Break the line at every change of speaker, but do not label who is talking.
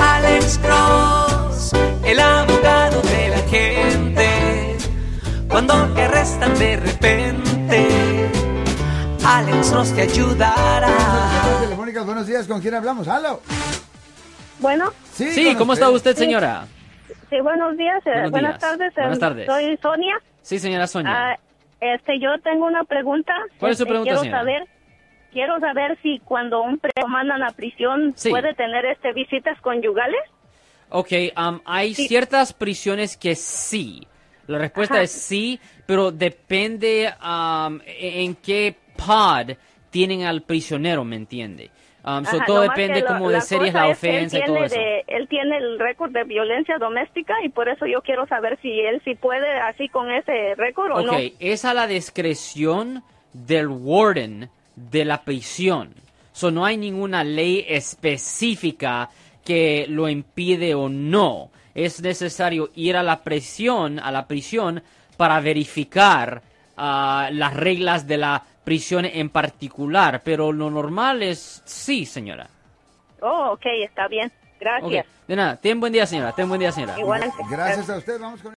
Alex Cross, el abogado de la gente. Cuando te arrestan de repente, Alex Cross te ayudará.
Telefónicas, buenos días, ¿con quién hablamos? ¡Halo!
Bueno,
con
Sí, ¿cómo está usted, señora?
sí, buenos días, eh,
Buenos
buenas
días.
tardes. eh,
Buenas tardes.
Soy Sonia.
Sí, señora Sonia.
Ah, este, yo tengo una pregunta.
¿Cuál es su
Este,
pregunta,
quiero
señora?
saber, quiero saber si cuando un preso mandan a prisión
Sí.
puede tener este visitas conyugales.
Ok, um, hay
Sí.
ciertas prisiones que sí. La respuesta
Ajá.
es sí, pero depende um, e- en qué pod tienen al prisionero, ¿me entiende? Um, so
Ajá,
todo
nomás
depende
que lo-
como de
la
series
cosa
la
es que él
ofensa y todo
tiene
eso.
de- él tiene el récord de violencia doméstica y por eso yo quiero saber si él si puede así con ese récord o
Ok,
no.
es a la discreción del warden de la prisión. So, no hay ninguna ley específica que lo impide o no. Es necesario ir a la prisión, a la prisión para verificar ah, las reglas de la prisión en particular. Pero lo normal es sí, señora.
Oh, ok, está bien.
Ok,
Gracias.
De nada. Ten buen día, señora. Ten buen día, señora.
Igualmente.
Gracias a usted, vamos con...